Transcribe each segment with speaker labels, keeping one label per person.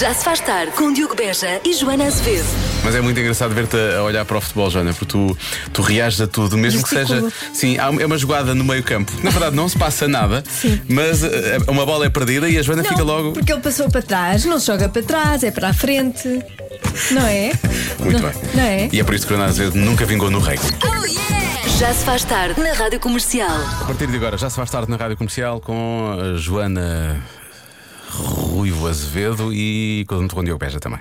Speaker 1: Já se faz tarde com Diogo Beja e Joana Azevedo.
Speaker 2: Mas é muito engraçado ver-te a olhar para o futebol, Joana, porque tu, tu reages a tudo, mesmo que seja.
Speaker 3: Gesticulo.
Speaker 2: Sim, há- é uma jogada no meio campo. Na verdade, não se passa nada, mas eh, uma bola é perdida e a Joana
Speaker 3: Não,
Speaker 2: fica logo.
Speaker 3: Porque ele passou para trás, não se joga para trás, é para a frente. Não é?
Speaker 2: Muito
Speaker 3: não-
Speaker 2: bem.
Speaker 3: não é?
Speaker 2: E é por isso que o Renato Azevedo nunca vingou no rei.
Speaker 1: Oh, Já se faz tarde na Rádio Comercial.
Speaker 2: A partir de agora, já se faz tarde na rádio comercial com a Joana. Ruivo Azevedo e com com o Diogo Beja também.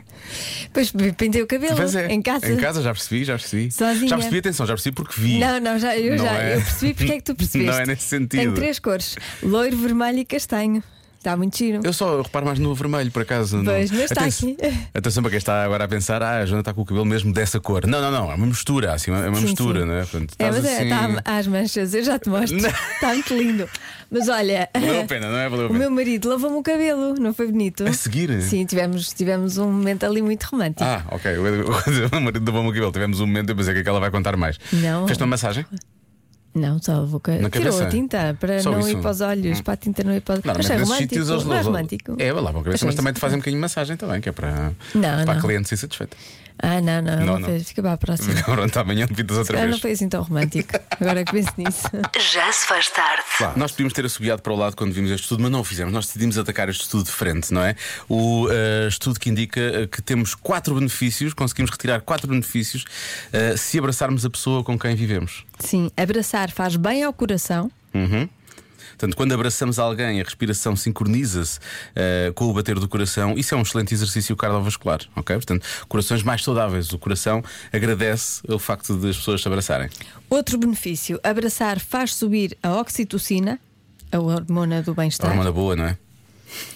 Speaker 3: Pois pintei o cabelo
Speaker 2: Pois é,
Speaker 3: em casa.
Speaker 2: Em casa já percebi, já percebi.
Speaker 3: Sozinha.
Speaker 2: Já percebi, atenção, já percebi porque vi.
Speaker 3: Não, não, já, eu
Speaker 2: Não
Speaker 3: já
Speaker 2: é-
Speaker 3: eu percebi porque é que tu percebeste.
Speaker 2: Não é nesse sentido.
Speaker 3: Tem três cores: loiro, vermelho e castanho. Está muito giro.
Speaker 2: Eu só reparo mais no vermelho, por acaso. não-
Speaker 3: Pois, mas está
Speaker 2: Atenção-
Speaker 3: aqui.
Speaker 2: Atenção para quem está agora a pensar, ah, a Joana está com o cabelo mesmo dessa cor. Não, não, não, é uma mistura, assim, é uma
Speaker 3: Sim,
Speaker 2: mistura,
Speaker 3: sim.
Speaker 2: não é? Portanto,
Speaker 3: É,
Speaker 2: estás
Speaker 3: mas é,
Speaker 2: assim-
Speaker 3: está às manchas, eu já te mostro.
Speaker 2: Não.
Speaker 3: Está muito lindo. Mas olha.
Speaker 2: Valeu a pena, não é? Valeu a
Speaker 3: O
Speaker 2: pena.
Speaker 3: meu marido lavou-me o cabelo, não foi bonito?
Speaker 2: A seguir?
Speaker 3: Sim, tivemos, tivemos um momento ali muito romântico.
Speaker 2: Ah, ok. O marido do Bom Cabelo, tivemos um momento, eu pensei que é que ela vai contar mais.
Speaker 3: Não.
Speaker 2: Fez-te uma massagem?
Speaker 3: Não, só vou
Speaker 2: Na
Speaker 3: Tirou
Speaker 2: cabeça?
Speaker 3: a tinta para
Speaker 2: Só
Speaker 3: não
Speaker 2: isso? Hum.
Speaker 3: ir para os olhos, para a tinta não ir para os olhos.
Speaker 2: Normalmente
Speaker 3: Achei
Speaker 2: nesses
Speaker 3: romântico.
Speaker 2: sítios eles
Speaker 3: não é
Speaker 2: levam-
Speaker 3: romântico.
Speaker 2: É, lá, bom cabeça,
Speaker 3: Achei
Speaker 2: mas também
Speaker 3: isso.
Speaker 2: te fazem um bocadinho de massagem também, que é para,
Speaker 3: Não,
Speaker 2: para a
Speaker 3: não.
Speaker 2: cliente ser satisfeita.
Speaker 3: Ah, não, não, não,
Speaker 2: Não,
Speaker 3: não,
Speaker 2: não.
Speaker 3: fez. Fica para a próxima.
Speaker 2: Pronto, amanhã pintas outra
Speaker 3: Ah,
Speaker 2: vez.
Speaker 3: não foi assim tão romântico. Agora que penso nisso.
Speaker 1: Já se faz tarde.
Speaker 2: Nós podíamos ter assobiado para o lado quando vimos este estudo, mas não o fizemos. Nós decidimos atacar este estudo de frente, não é? O eh, estudo que indica eh, que temos quatro benefícios, conseguimos retirar quatro benefícios eh, se abraçarmos a pessoa com quem vivemos.
Speaker 3: Sim, abraçar faz bem ao coração.
Speaker 2: Portanto, quando abraçamos alguém, a respiração sincroniza-se eh, com o bater do coração. Isso é um excelente exercício cardiovascular, ok? Portanto, corações mais saudáveis. O coração agradece o facto de as pessoas se abraçarem. É
Speaker 3: Outro benefício, abraçar faz subir a oxitocina, a hormona do
Speaker 2: A
Speaker 3: bem-estar.
Speaker 2: hormona boa, não é?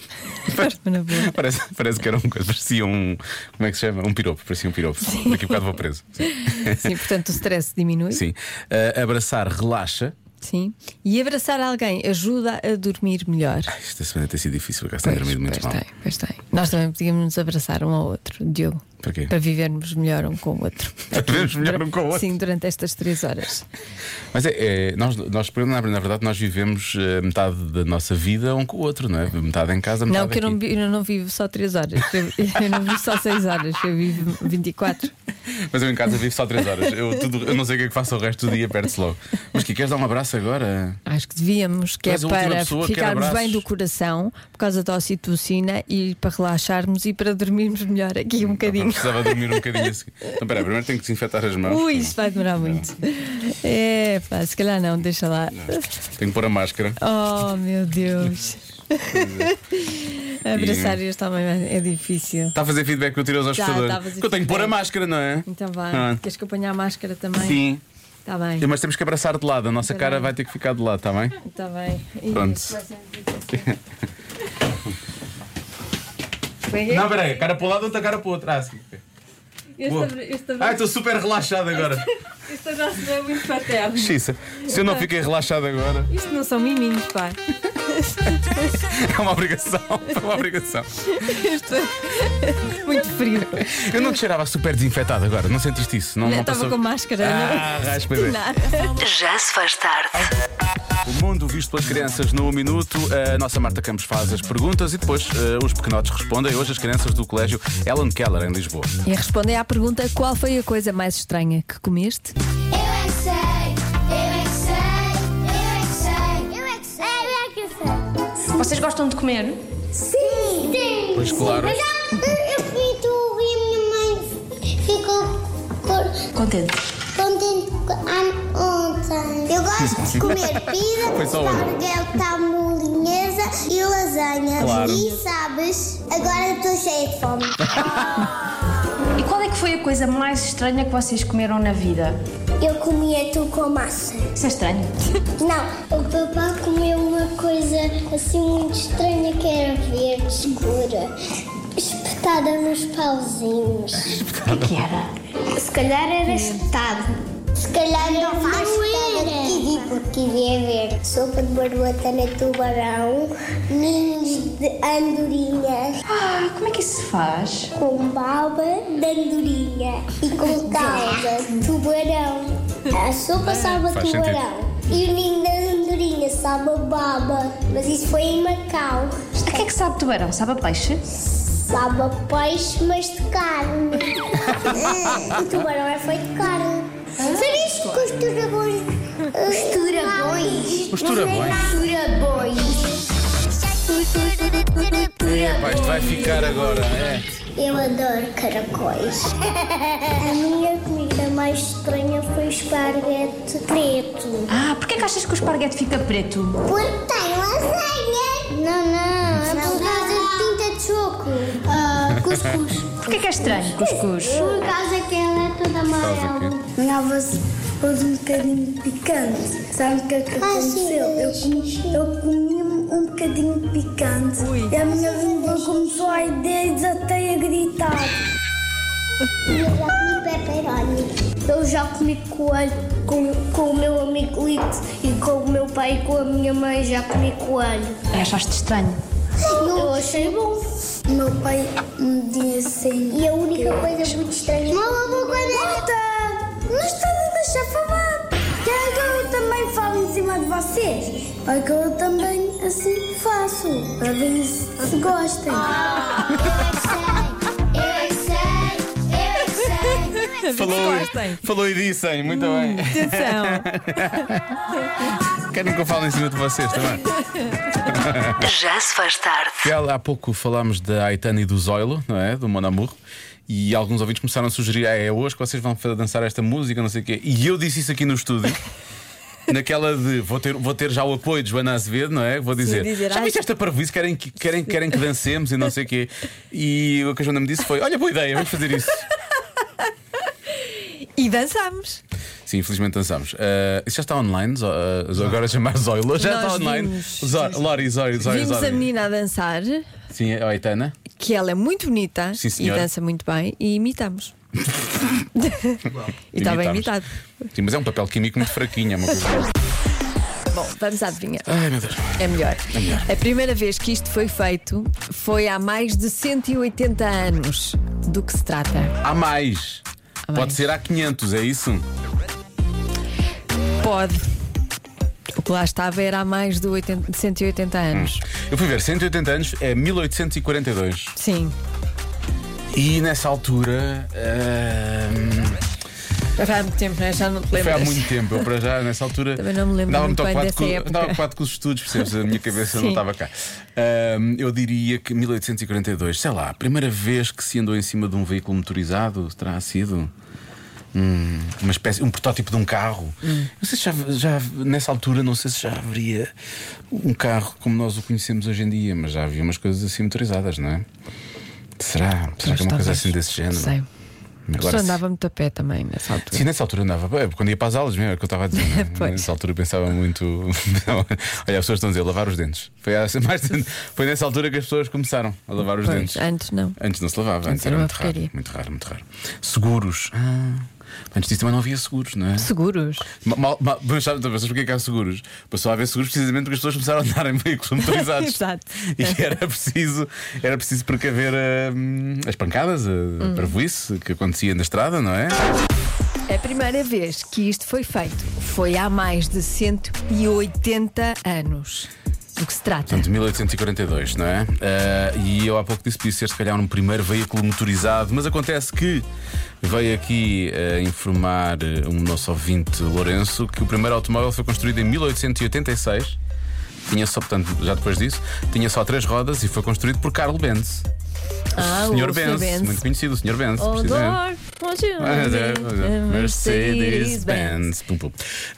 Speaker 3: Hormona boa.
Speaker 2: Parece, parece que era uma coisa, parecia um. Como é que se chama? Um piropo, parecia um piropo. Daqui a bocado vou preso.
Speaker 3: Sim, portanto o stress diminui.
Speaker 2: Sim. Ah, abraçar relaxa.
Speaker 3: Sim. E abraçar alguém ajuda a dormir melhor.
Speaker 2: Ai, Esta semana tem sido difícil, porque tenho dormido muito
Speaker 3: pois
Speaker 2: mal.
Speaker 3: tem, pois tem. Nós também podíamos nos abraçar um ao outro, Diogo.
Speaker 2: Para quê?
Speaker 3: Para vivermos melhor um com o outro.
Speaker 2: Para vivermos melhor um com o outro.
Speaker 3: Sim, durante estas três horas.
Speaker 2: Mas é, é, nós, nós, na na verdade, nós vivemos eh, metade da nossa vida um com o outro, não é? Metade em casa, metade
Speaker 3: Não, que eu não,
Speaker 2: aqui.
Speaker 3: vi- eu não vivo só três horas. Eu, eu não vivo só seis horas, eu vivo 24.
Speaker 2: Mas eu em casa vivo só 3 horas. Eu, tudo- eu não sei o que é que faço o resto do dia, perde-se logo. Mas que queres dar um abraço agora?
Speaker 3: Acho que devíamos, que é
Speaker 2: és a última
Speaker 3: para
Speaker 2: pessoa que quer
Speaker 3: ficarmos
Speaker 2: abraços.
Speaker 3: bem do coração por causa da ocitocina e para relaxarmos e para dormirmos melhor aqui um bocadinho.
Speaker 2: Precisava dormir um bocadinho assim. Então, peraí, primeiro tenho que desinfetar as mãos.
Speaker 3: Ui, isso vai
Speaker 2: Tá.
Speaker 3: demorar muito. É, pá, se calhar não, deixa lá.
Speaker 2: Tenho que pôr a máscara.
Speaker 3: Oh, meu Deus. Abraçar este homem é difícil.
Speaker 2: Está a fazer feedback que eu tirei aos
Speaker 3: Tá,
Speaker 2: assustadores.
Speaker 3: tá a fazer
Speaker 2: eu tenho que pôr a
Speaker 3: feedback.
Speaker 2: máscara, não é?
Speaker 3: Então vá,
Speaker 2: Ah.
Speaker 3: queres que eu ponha a máscara também?
Speaker 2: Sim.
Speaker 3: Está bem,
Speaker 2: Mas temos que abraçar de lado, a nossa cara vai ter que ficar de lado, está bem?
Speaker 3: está Tá bem. Ih,
Speaker 2: Pronto.
Speaker 3: isso vai ser difícil. Bem,
Speaker 2: Não, peraí, cara para o lado, outra cara para o outro. Ah, assim.
Speaker 3: este
Speaker 2: boa.
Speaker 3: abra- este
Speaker 2: Ai,
Speaker 3: abra-
Speaker 2: estou super relaxado agora.
Speaker 3: este abraço não é muito paterno.
Speaker 2: Xissa, se eu não fiquei relaxado agora,
Speaker 3: Isto não são miminhos, pá.
Speaker 2: é uma obrigação. É uma obrigação.
Speaker 3: Isto é muito frio.
Speaker 2: Eu não te cheirava super desinfetado agora, não sentiste isso? Não, não
Speaker 3: Estava
Speaker 2: passou.
Speaker 3: com máscara,
Speaker 2: Ah, raios, pois é.
Speaker 3: não? Nada.
Speaker 1: Já se faz tarde.
Speaker 2: O mundo visto pelas crianças no 1 minuto. A nossa Marta Campos faz as perguntas e depois eh, os pequenotes respondem. Hoje as crianças do colégio Ellen Keller, em Lisboa.
Speaker 3: E respondem à pergunta: qual foi a coisa mais estranha que comeste?
Speaker 4: Eu é que sei, eu é que sei, eu é que sei, eu é que sei, eu é que sei.
Speaker 5: Vocês gostam de comer?
Speaker 4: Sim! Sim!
Speaker 2: Pois claro.
Speaker 4: Mas eu, eu fui tu e a minha mãe ficou cor-
Speaker 5: Contente.
Speaker 4: contente com- am- ontem. Eu gosto de comer
Speaker 2: Foi
Speaker 4: pizza,
Speaker 2: só ontem.
Speaker 4: espargueta molinhesa e lasanha.
Speaker 2: Claro.
Speaker 4: E sabes, agora estou cheia de fome.
Speaker 5: E qual é que foi a coisa mais estranha que vocês comeram na vida?
Speaker 4: Eu comia tu com massa.
Speaker 5: Isso é estranho.
Speaker 4: Não, o papá comeu uma coisa assim muito estranha que era verde escura, espetada nos pauzinhos.
Speaker 5: O que é que era?
Speaker 4: Se calhar era espetado. Se calhar não, não era kiwi, porque kiwi é verde. Sopa de barbatana de tubarão, ninhos de andorinhas,
Speaker 5: Ah, como é que isso se faz?
Speaker 4: com baba de andorinha e com calda de tubarão. A sopa sabe a
Speaker 2: Ah, Faz sentido.
Speaker 4: tubarão. E o ninho das andorinhas sabe a baba. Mas isso foi em Macau.
Speaker 2: é
Speaker 5: A que é que sabe tubarão? Sabe a peixe?
Speaker 4: Sabe a peixe, mas de carne. o tubarão é feito de carne.
Speaker 2: Ah,
Speaker 4: Sabias que os eh, turabões. Os turabões?
Speaker 2: Os turabões?
Speaker 4: Os turabões.
Speaker 2: Pá, isto vai ficar agora, é?
Speaker 4: Eu adoro caracóis. A minha comida mais estranha foi esparguete preto.
Speaker 5: Ah, porquê que achas que o esparguete fica preto?
Speaker 4: Porque tem lasanha. Não, não. É por causa de tinta de choco. cuscuz.
Speaker 5: Porquê que é estranho, cuscuz?
Speaker 4: Por causa que ela é toda amarela. Minha avó pôs um bocadinho picante. Sabe o que é que aconteceu? Eu comi, eu comi um bocadinho picante. E a minha língua começou a arder e desatei a gritar. Eu já comi pepperoni. Eu já comi coelho com, com o meu amigo Lito e com o meu pai e com a minha mãe já comi coelho.
Speaker 5: É, Achaste estranho?
Speaker 4: Eu achei bom. Meu pai um me disse E a única coisa muito estranha. Mala bocaneta! Não estás tá a deixar falar! Quer que eu também fale em cima de vocês? Para que eu também assim faço. Para ver se, se gostem. Ah. eu é que sei, eu é que sei, eu é que sei.
Speaker 2: Falou,
Speaker 3: Gostem.
Speaker 2: falou e dissem, muito
Speaker 3: Hum.
Speaker 2: bem.
Speaker 3: Atenção.
Speaker 2: Querem que eu fale em cima de vocês também?
Speaker 1: Já se faz tarde.
Speaker 2: Ela, há pouco falámos da Aitana e do Zoilo, não é? Do Monamur. E alguns ouvintes começaram a sugerir: ah, é hoje que vocês vão fa- dançar esta música, não sei o quê. E eu disse isso aqui no estúdio. Naquela de vou ter, vou ter já o apoio de Joana Azevedo, não é? Vou dizer.
Speaker 3: dizer,
Speaker 2: já
Speaker 3: "Ai,
Speaker 2: viste esta parvoíce? Querem que, querem, querem que dancemos e não sei o quê. E o que a Joana me disse foi: Olha, boa ideia, vamos fazer isso.
Speaker 3: E dançamos.
Speaker 2: Sim, infelizmente dançámos. Ah, isso já está online, Zo- ah, Zo- agora a chamar Zoilo. Já
Speaker 3: Nós
Speaker 2: está online.
Speaker 3: vimos.
Speaker 2: Zor, Lori, Zori, Zori,
Speaker 3: Vimos a
Speaker 2: Zori.
Speaker 3: menina a dançar,
Speaker 2: Sim, a Aitana.
Speaker 3: que ela é muito bonita
Speaker 2: Sim,
Speaker 3: e
Speaker 2: senhora.
Speaker 3: dança muito bem, e imitamos. e está bem imitado.
Speaker 2: Imitámos. Sim, mas é um papel químico muito fraquinho, é uma coisa.
Speaker 3: Bom, vamos adivinhar.
Speaker 2: Ai, meu Deus.
Speaker 3: É melhor. A primeira vez que isto foi feito foi há mais de 180 anos. Do que se trata?
Speaker 2: Há mais.
Speaker 3: Há
Speaker 2: Pode
Speaker 3: mais.
Speaker 2: ser há 500, é isso?
Speaker 3: Pode. O que lá estava era há mais de 80 de 180 anos.
Speaker 2: Eu fui ver, 180 anos é 1842.
Speaker 3: Sim.
Speaker 2: E nessa altura. ah,
Speaker 3: Já Foi há muito tempo, não é? já não te
Speaker 2: foi há
Speaker 3: lembras.
Speaker 2: muito tempo, eu para já, nessa altura.
Speaker 3: Também não me lembro
Speaker 2: andava
Speaker 3: muito bem
Speaker 2: ocupado
Speaker 3: dessa
Speaker 2: com,
Speaker 3: época.
Speaker 2: andava ocupado com os estudos, percebes? A minha cabeça
Speaker 3: Sim.
Speaker 2: não estava cá. Ah, eu diria que 1842, sei lá, a primeira vez que se andou em cima de um veículo motorizado terá sido. hum, uma espécie, um protótipo de um carro.
Speaker 3: Hum.
Speaker 2: Não sei se já, já- nessa altura, não sei se já haveria um carro como nós o conhecemos hoje em dia, mas já havia umas coisas assim motorizadas, não é? Será? Será que é uma coisa assim desse género?
Speaker 3: Sei. A
Speaker 2: Agora,
Speaker 3: pessoa
Speaker 2: se-
Speaker 3: andava muito a pé também nessa altura.
Speaker 2: Sim, nessa altura andava. bem, Quando ia para as aulas, mesmo, era o que eu estava a dizer. não é?
Speaker 3: Pois.
Speaker 2: Nessa altura eu pensava muito. Olha, as pessoas estão a dizer lavar os dentes. Foi, há- mais de- foi nessa altura que as pessoas começaram a lavar os
Speaker 3: Pois,
Speaker 2: dentes.
Speaker 3: antes não.
Speaker 2: Antes não se lavava, antes,
Speaker 3: Antes
Speaker 2: era
Speaker 3: era uma
Speaker 2: muito raro,
Speaker 3: porcaria.
Speaker 2: muito raro, muito raro. Seguros. Ah, antes disso também não havia seguros, não é?
Speaker 3: Seguros.
Speaker 2: Ma- Mal, mal, mas sabe, mas sabes porquê que há seguros? Passou a haver seguros precisamente porque as pessoas começaram a andar em veículos motorizados.
Speaker 3: Exato.
Speaker 2: E era preciso, era preciso precaver hum, as pancadas, a
Speaker 3: Hum.
Speaker 2: a parvoíce que acontecia na estrada, não é?
Speaker 3: A primeira vez que isto foi feito foi há mais de 180 anos. Do que se trata?
Speaker 2: Portanto, 1842, não é? Ah, e eu há pouco disse que podia ser, se calhar, um primeiro veículo motorizado, mas acontece que veio aqui ah, informar ah, um nosso ouvinte, Lourenço, que o primeiro automóvel foi construído em 1886. Tinha só, portanto, já depois disso, tinha só três rodas e foi construído por Carl Benz.
Speaker 3: Ah,
Speaker 2: Sr.
Speaker 3: o Sr.
Speaker 2: Benz,
Speaker 3: Benz. Oh,
Speaker 2: muito conhecido, o Sr. Benz, precisamente.
Speaker 3: Odor,
Speaker 2: Mas é, mas é. Mercedes-Benz. Pum, pum.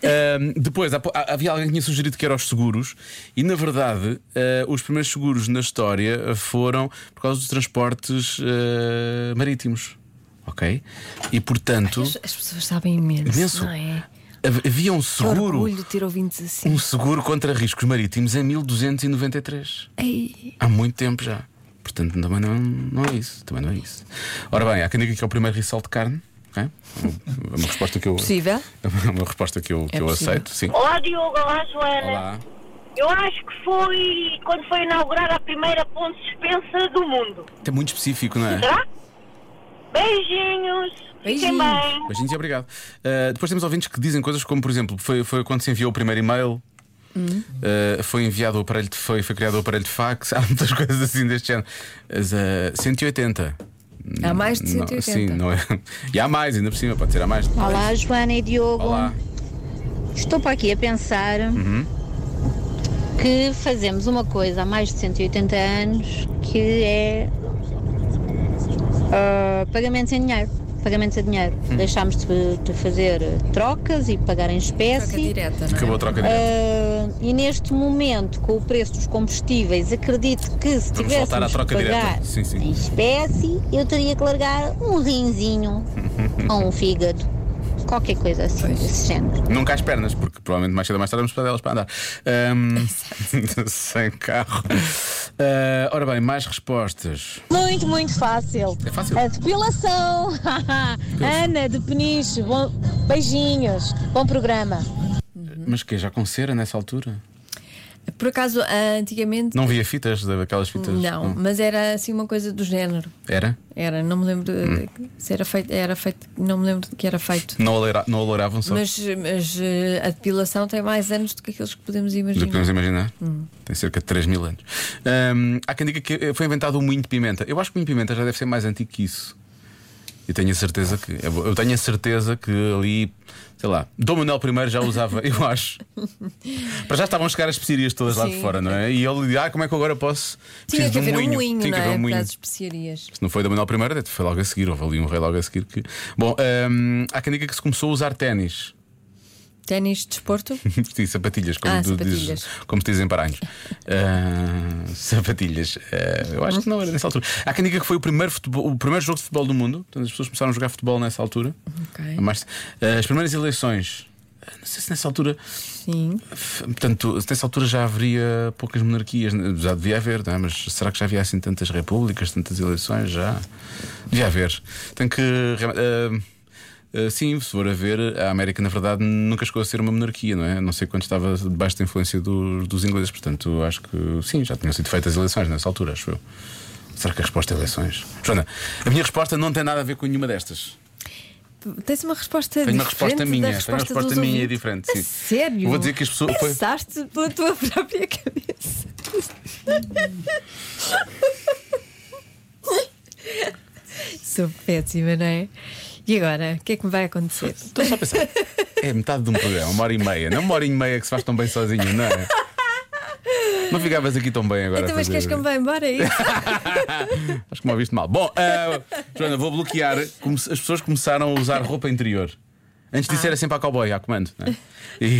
Speaker 2: Ahm, depois, há po- há- havia alguém que tinha sugerido que era os seguros, e na verdade, ah, os primeiros seguros na história ah, foram por causa dos transportes ah, marítimos. Ok? E portanto,
Speaker 3: As, as pessoas sabem imenso,
Speaker 2: Imenso.
Speaker 3: não é?
Speaker 2: hav- havia um
Speaker 3: Que
Speaker 2: seguro.
Speaker 3: orgulho de ter ouvintes assim.
Speaker 2: Um seguro contra riscos marítimos em 1293.
Speaker 3: Ei,
Speaker 2: Há muito tempo já. Portanto, também não, não é isso. Também não é isso. Ora bem, há quem diga que é o primeiro rissol de carne. ok? É uma resposta que eu.
Speaker 3: possível?
Speaker 2: É uma resposta que eu, que
Speaker 3: É
Speaker 2: eu
Speaker 3: possível.
Speaker 2: aceito, sim.
Speaker 6: Olá Diogo, olá Joana.
Speaker 2: Olá.
Speaker 6: Eu acho que foi quando foi inaugurada a primeira ponte suspensa do mundo.
Speaker 2: É muito específico, não é?
Speaker 6: Será? Beijinhos. Fiquem
Speaker 3: Beijinhos.
Speaker 6: bem.
Speaker 2: Eh, Beijinhos e obrigado. Ah, depois temos ouvintes que dizem coisas como, por exemplo, foi, foi quando se enviou o primeiro e-mail.
Speaker 3: Hum.
Speaker 2: Uh, foi enviado o aparelho de, foi, foi criado o aparelho de fax, há muitas coisas assim deste género. Mas, uh, 180.
Speaker 3: Há mais de
Speaker 2: Não,
Speaker 3: 180.
Speaker 2: sim, não é? E há mais, ainda por cima, pode ser há mais.
Speaker 7: Olá, Joana e Diogo.
Speaker 2: Olá.
Speaker 7: Estou para aqui a pensar que fazemos uma coisa há mais de 180 anos que é ah, pagamentos em dinheiro. Pagamentos em dinheiro. Deixámos de, de fazer trocas e pagar em
Speaker 3: Troca
Speaker 7: espécie.
Speaker 3: direta, não é?
Speaker 2: Acabou a troca de.
Speaker 7: Ah, e neste momento, com o preço dos combustíveis, acredito que se
Speaker 2: Vamos voltar à
Speaker 7: tivéssemos
Speaker 2: troca
Speaker 7: que
Speaker 2: direta.
Speaker 7: pagar
Speaker 2: Sim, sim.
Speaker 7: em espécie, eu teria que largar um rinzinho ou um fígado. Qualquer coisa assim desse género.
Speaker 2: Nunca às pernas, porque provavelmente mais cedo ou mais tarde vamos para delas para andar. Ahm, sem carro. Ah, ora bem, mais respostas.
Speaker 8: Muito, muito fácil.
Speaker 2: É fácil.
Speaker 8: A depilação. Ana de Peniche, bom- beijinhos. Bom programa.
Speaker 2: Mas que já com cera nessa altura?
Speaker 3: Por acaso, ah, antigamente.
Speaker 2: Não via fitas, daquelas fitas?
Speaker 3: não, mas era assim uma coisa do género.
Speaker 2: Era?
Speaker 3: Era, não me lembro
Speaker 2: Hum.
Speaker 3: de- se era feito, era feito, não me lembro de que era feito.
Speaker 2: Não, aloura, não alouravam só?
Speaker 3: Mas, mas eh, a depilação tem mais anos do que aqueles que podemos
Speaker 2: Do
Speaker 3: imaginar.
Speaker 2: que podemos imaginar? Tem cerca de 3 mil anos. Ahm, há quem diga que foi inventado o moinho de pimenta. Eu acho que o moinho de pimenta já deve ser mais antigo que isso. Eu tenho a certeza que. Eu tenho a certeza que ali, sei lá, Dom Manuel I já usava, eu acho. Para já estavam a chegar as especiarias todas lá de
Speaker 3: Sim.
Speaker 2: fora, não é? E ele ah, como é que eu agora posso.
Speaker 3: Tinha
Speaker 2: Preciso
Speaker 3: que
Speaker 2: de
Speaker 3: haver um moinho,
Speaker 2: Tinha
Speaker 3: não
Speaker 2: que haver
Speaker 3: é?
Speaker 2: um moinho.
Speaker 3: Para as especiarias.
Speaker 2: Se não foi da Manuel I, até foi logo a seguir, houve ali um rei logo a seguir que. Bom, hum, há quem diga que se começou a usar ténis.
Speaker 3: Ténis de desporto?
Speaker 2: Sim, sapatilhas, como,
Speaker 3: Ah,
Speaker 2: tu dizes-
Speaker 3: sapatilhas.
Speaker 2: como se dizem para sapatilhas. Ah, eu acho que não era nessa altura. Há quem diga que foi o primeiro, futebol- o primeiro jogo de futebol do mundo. Portanto, as pessoas começaram a jogar futebol nessa altura.
Speaker 3: Ok.
Speaker 2: Há mais- ah, as primeiras eleições. ah, Não sei se nessa altura.
Speaker 3: Sim.
Speaker 2: f- Portanto, nessa altura já haveria poucas monarquias. né? Já devia haver, não é? mas será que já havia assim tantas repúblicas, tantas eleições? Já. Devia haver. Tem que. realmente, ah, Uh, sim, se for a ver, a América, na verdade, nunca chegou a ser uma monarquia, não é? A Não sei quando estava debaixo da influência do- dos ingleses, portanto, acho que sim, já tinham sido feitas eleições nessa altura, acho eu. Será que a resposta é eleições? Joana, a minha resposta não tem nada a ver com nenhuma destas.
Speaker 3: Tens uma resposta
Speaker 2: Tenho uma
Speaker 3: diferente
Speaker 2: resposta
Speaker 3: da
Speaker 2: minha, tenho uma
Speaker 3: resposta
Speaker 2: resposta
Speaker 3: dos
Speaker 2: minha
Speaker 3: ouvintes?
Speaker 2: diferente,
Speaker 3: A
Speaker 2: sim.
Speaker 3: sério?
Speaker 2: Vou dizer que as pessoas- foi-
Speaker 3: Pensaste pela tua própria cabeça. Sou péssima, não é? E agora, o que é que me vai acontecer?
Speaker 2: Estou só a pensar. É metade de um programa, uma hora e meia. Não é uma hora e meia que se faz tão bem sozinho, não é? Não ficavas aqui tão bem agora. a
Speaker 3: Então, mas
Speaker 2: fazer- Ah,
Speaker 3: queres que eu me vá embora? É isso?
Speaker 2: Acho que me ouviste mal. Bom, ah, Joana, vou bloquear. Come- As pessoas começaram a usar roupa interior. Antes
Speaker 3: Ah.
Speaker 2: disso era sempre a cowboy, à comando. não é? E-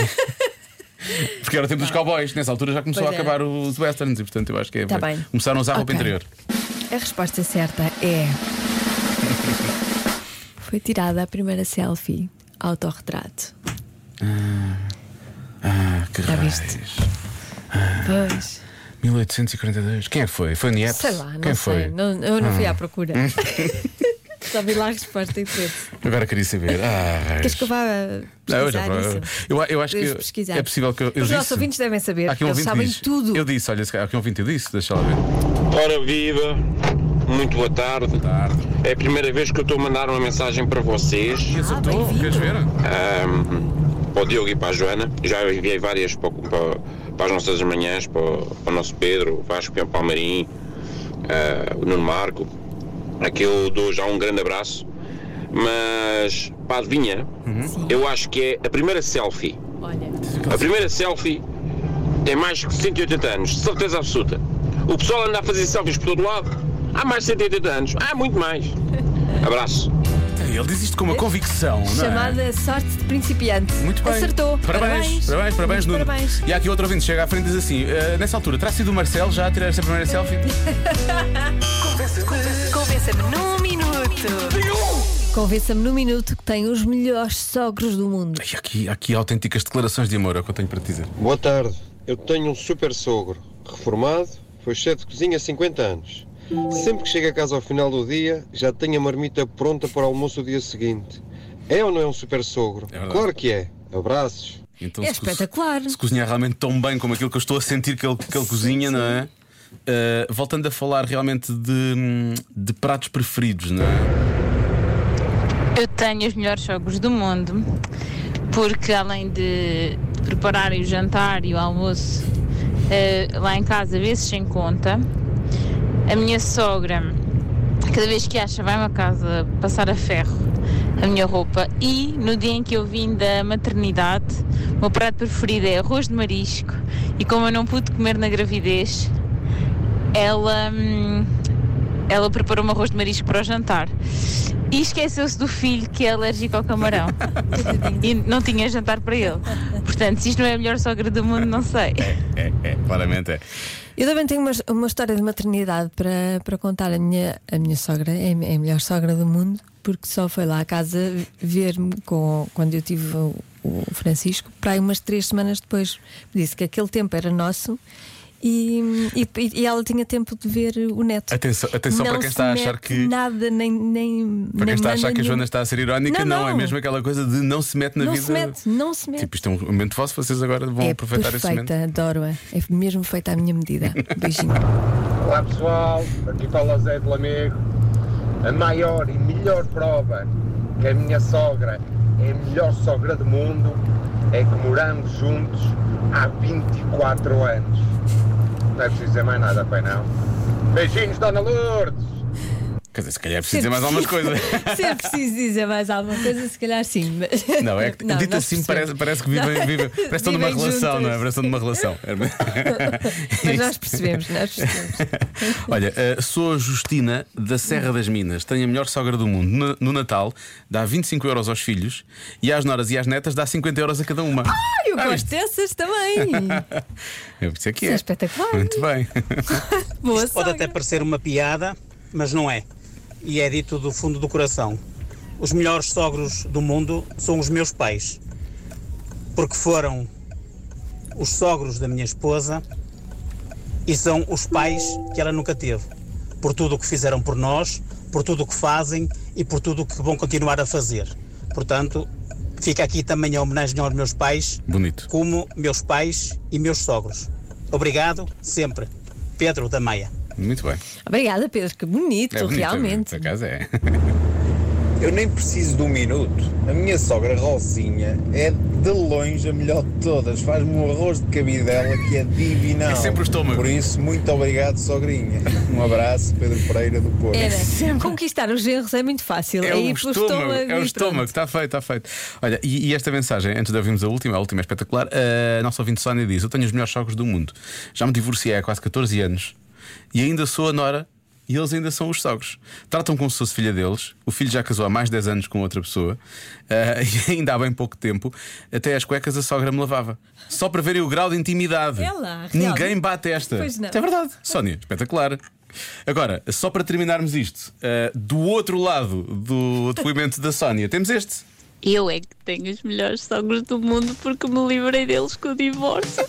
Speaker 2: Porque era o tempo dos cowboys. Nessa altura já começou
Speaker 3: Pois
Speaker 2: a
Speaker 3: é.
Speaker 2: acabar os westerns e, portanto, eu acho que é.
Speaker 3: Tá bem.
Speaker 2: Começaram a usar roupa
Speaker 3: Ok.
Speaker 2: interior.
Speaker 3: A resposta certa é. Foi tirada a primeira selfie autorretrato.
Speaker 2: Ah, que
Speaker 3: Já
Speaker 2: raios.
Speaker 3: viste? Pois.
Speaker 2: 1842. Quem é que foi? Foi Nietzsche?
Speaker 3: Sei lá, não
Speaker 2: Quem
Speaker 3: sei.
Speaker 2: foi? Ah.
Speaker 3: Não- eu não fui à procura. Só vi lá a resposta e tudo.
Speaker 2: Agora queria saber. Ah,
Speaker 3: Queres
Speaker 2: raios.
Speaker 3: que eu vá
Speaker 2: É. Não, eu,
Speaker 3: pesquisar
Speaker 2: já-
Speaker 3: isso?
Speaker 2: eu, eu acho que
Speaker 3: Deves pesquisar.
Speaker 2: é possível que eu, eu
Speaker 3: Os nossos
Speaker 2: disse-
Speaker 3: ouvintes devem saber,
Speaker 2: Há aqui um
Speaker 3: eles
Speaker 2: ouvinte
Speaker 3: sabem
Speaker 2: diz.
Speaker 3: tudo.
Speaker 2: Eu disse, olha, se calhar, há aqui um ouvinte eu disse, deixa lá ver.
Speaker 9: Ora viva, muito boa tarde. É a primeira vez que eu estou a mandar uma mensagem para vocês,
Speaker 2: Acertou? Queres ver?
Speaker 9: ahm, para o Diogo e para a Joana. Já enviei várias para, o- para- para as nossas manhãs, para, o- para o nosso Pedro, o Vasco o Palmarim, ah, o Nuno Marco. Aqui eu dou já um grande abraço. Mas, pá, adivinha, eu acho que é a primeira selfie. A primeira selfie tem mais que 180 anos, de certeza absoluta. O pessoal anda a fazer selfies por todo lado. Há mais de 180 anos. Há muito mais. Abraço.
Speaker 2: Ele diz isto com uma convicção, não é?
Speaker 3: Chamada sorte de principiante.
Speaker 2: Muito bem.
Speaker 3: Acertou.
Speaker 2: Parabéns, parabéns, parabéns,
Speaker 3: Muitos
Speaker 2: Nuno.
Speaker 3: parabéns.
Speaker 2: E há aqui outro ouvinte que chega à frente e diz assim: "Eh, nessa altura, terá sido o Marcelo já a tirar essa primeira selfie?
Speaker 1: Convença-me num minuto.
Speaker 3: Convença-me num minuto que tem os melhores sogros do mundo.
Speaker 2: E aqui, há aqui autênticas declarações de amor, é o que eu tenho para te dizer.
Speaker 10: Boa tarde, eu tenho um super sogro, reformado, foi chefe de cozinha há 50 anos. Sempre que chega a casa ao final do dia, já tem a marmita pronta para o almoço o dia seguinte. É ou não é um super sogro?
Speaker 2: verdade.
Speaker 10: claro que é. Abraços.
Speaker 2: Então,
Speaker 3: É
Speaker 2: se co-
Speaker 3: espetacular.
Speaker 2: Se cozinhar realmente tão bem como aquilo que eu estou a sentir que ele, que ele cozinha, não é? Eh, voltando a falar realmente de, hum, de pratos preferidos, não é?
Speaker 11: Eu tenho os melhores jogos do mundo porque além de
Speaker 7: prepararem o jantar e o almoço eh, lá em casa, vezes sem conta. A minha sogra, cada vez que acha, vai-me a casa passar a ferro a minha roupa. E no dia em que eu vim da maternidade, o meu prato preferido é arroz de marisco. E como eu não pude comer na gravidez, ela, hum, ela preparou um arroz de marisco para o jantar. E esqueceu-se do filho que é alérgico ao camarão. e não tinha jantar para ele. Portanto, se isto não é a melhor sogra do mundo, não sei.
Speaker 2: É, é, claramente é.
Speaker 3: Eu também tenho uma, uma história de maternidade para, para contar. A minha, a minha sogra é a mi- é a melhor sogra do mundo, porque só foi lá à casa ver-me com, quando eu tive o, o Francisco, para aí umas três semanas depois. Disse que aquele tempo era nosso e, e, e ela tinha tempo de ver o neto.
Speaker 2: Atenção, atenção
Speaker 3: Não
Speaker 2: para quem
Speaker 3: se
Speaker 2: está a achar
Speaker 3: mete
Speaker 2: que.
Speaker 3: Nada, nem. nem
Speaker 2: Para quem
Speaker 3: nem
Speaker 2: está a achar
Speaker 3: manda
Speaker 2: que a Joana
Speaker 3: nenhum.
Speaker 2: está a ser irónica, não,
Speaker 3: Não,
Speaker 2: é
Speaker 3: não.
Speaker 2: mesmo aquela coisa de não se mete na
Speaker 3: não
Speaker 2: vida.
Speaker 3: se mete, não se mete.
Speaker 2: Tipo, isto é um momento vosso, vocês agora vão
Speaker 3: é
Speaker 2: aproveitar esse momento.
Speaker 3: perfeita, adoro-a. É mesmo feita à minha medida. Beijinho.
Speaker 9: Olá pessoal, aqui fala Zé do Lamego. A maior e melhor prova que a minha sogra é a melhor sogra do mundo é que moramos juntos há 24 anos. Não é preciso dizer mais nada, pai não. Beijinhos, Dona Lourdes!
Speaker 2: Quer dizer, se calhar é preciso dizer mais algumas coisas.
Speaker 3: Se é preciso dizer mais alguma coisa, se calhar sim. mas-
Speaker 2: Não, é que
Speaker 3: Não,
Speaker 2: dito
Speaker 3: nós
Speaker 2: assim
Speaker 3: percebemos.
Speaker 2: parece, parece que vivem,
Speaker 3: Não.
Speaker 2: vivem- parece que estão numa
Speaker 3: Vivem
Speaker 2: relação,
Speaker 3: juntas.
Speaker 2: não é? Parece que estão numa relação.
Speaker 3: Mas nós percebemos, nós percebemos.
Speaker 2: Olha, eh, sou a Justina da Serra das Minas, tenho a melhor sogra do mundo. No, no Natal dá 25 euros aos filhos e às noras e às netas dá 50 euros a cada uma.
Speaker 3: Ah, eu gosto dessas também.
Speaker 2: É por isso é que
Speaker 3: Isso
Speaker 2: é.
Speaker 3: é espetacular.
Speaker 2: Muito bem.
Speaker 12: Isto pode até parecer uma piada, mas não é. E é dito do fundo do coração. Os melhores sogros do mundo são os meus pais, porque foram os sogros da minha esposa e são os pais que ela nunca teve. Por tudo o que fizeram por nós, por tudo o que fazem e por tudo o que vão continuar a fazer. Portanto, fica aqui também a homenagem aos meus pais,
Speaker 2: Bonito.
Speaker 12: como meus pais e meus sogros. Obrigado sempre. Pedro da Maia.
Speaker 2: Muito bem.
Speaker 3: Obrigada, Pedro, que
Speaker 2: É
Speaker 3: bonito, realmente.
Speaker 2: acaso é.
Speaker 13: Eu nem preciso de um minuto. A minha sogra Rosinha é de longe a melhor de todas. Faz-me um arroz de cabidela que é divinal.
Speaker 2: É sempre o estômago.
Speaker 13: Por isso, muito obrigado, sogrinha. Um abraço, Pedro Pereira do Porto.
Speaker 3: Era. Conquistar os genros é muito fácil.
Speaker 2: É o
Speaker 3: ir pelo
Speaker 2: estômago, é o
Speaker 3: e
Speaker 2: estômago, está feito, está feito. Olha, e, e esta mensagem, antes de ouvirmos a última, a última é espetacular, a nossa ouvinte Sónia diz: Eu tenho os melhores sogros do mundo. Já me divorciei há quase 14 anos e ainda sou a Nora e eles ainda são os sogros. Tratam como se fosse filha deles, o filho já casou há mais de 10 anos com outra pessoa eh, e ainda há bem pouco tempo, até as cuecas a sogra me lavava. Só para verem o grau de intimidade.
Speaker 3: É lá,
Speaker 2: Ninguém
Speaker 3: realmente.
Speaker 2: bate esta.
Speaker 3: Pois não.
Speaker 2: É verdade. Sónia, espetacular. Agora, só para terminarmos isto, eh, do outro lado do depoimento da Sónia, temos este.
Speaker 7: Eu é que tenho os melhores sogros do mundo porque me livrei deles com o divórcio.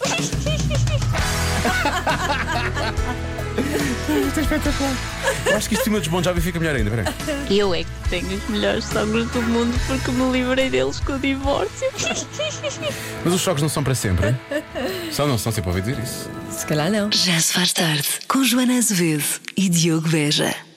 Speaker 2: Isto é espetacular. Eu acho que isto de cima dos Bon Jovi fica melhor ainda. Peraí.
Speaker 7: Eu é que tenho os melhores sogros do mundo porque me livrei deles com o divórcio.
Speaker 2: Mas os choques não são para sempre. hein? Só não são sempre ouvi dizer isso.
Speaker 3: Se calhar não.
Speaker 1: Já se faz tarde com Joana Azevedo e Diogo Veja.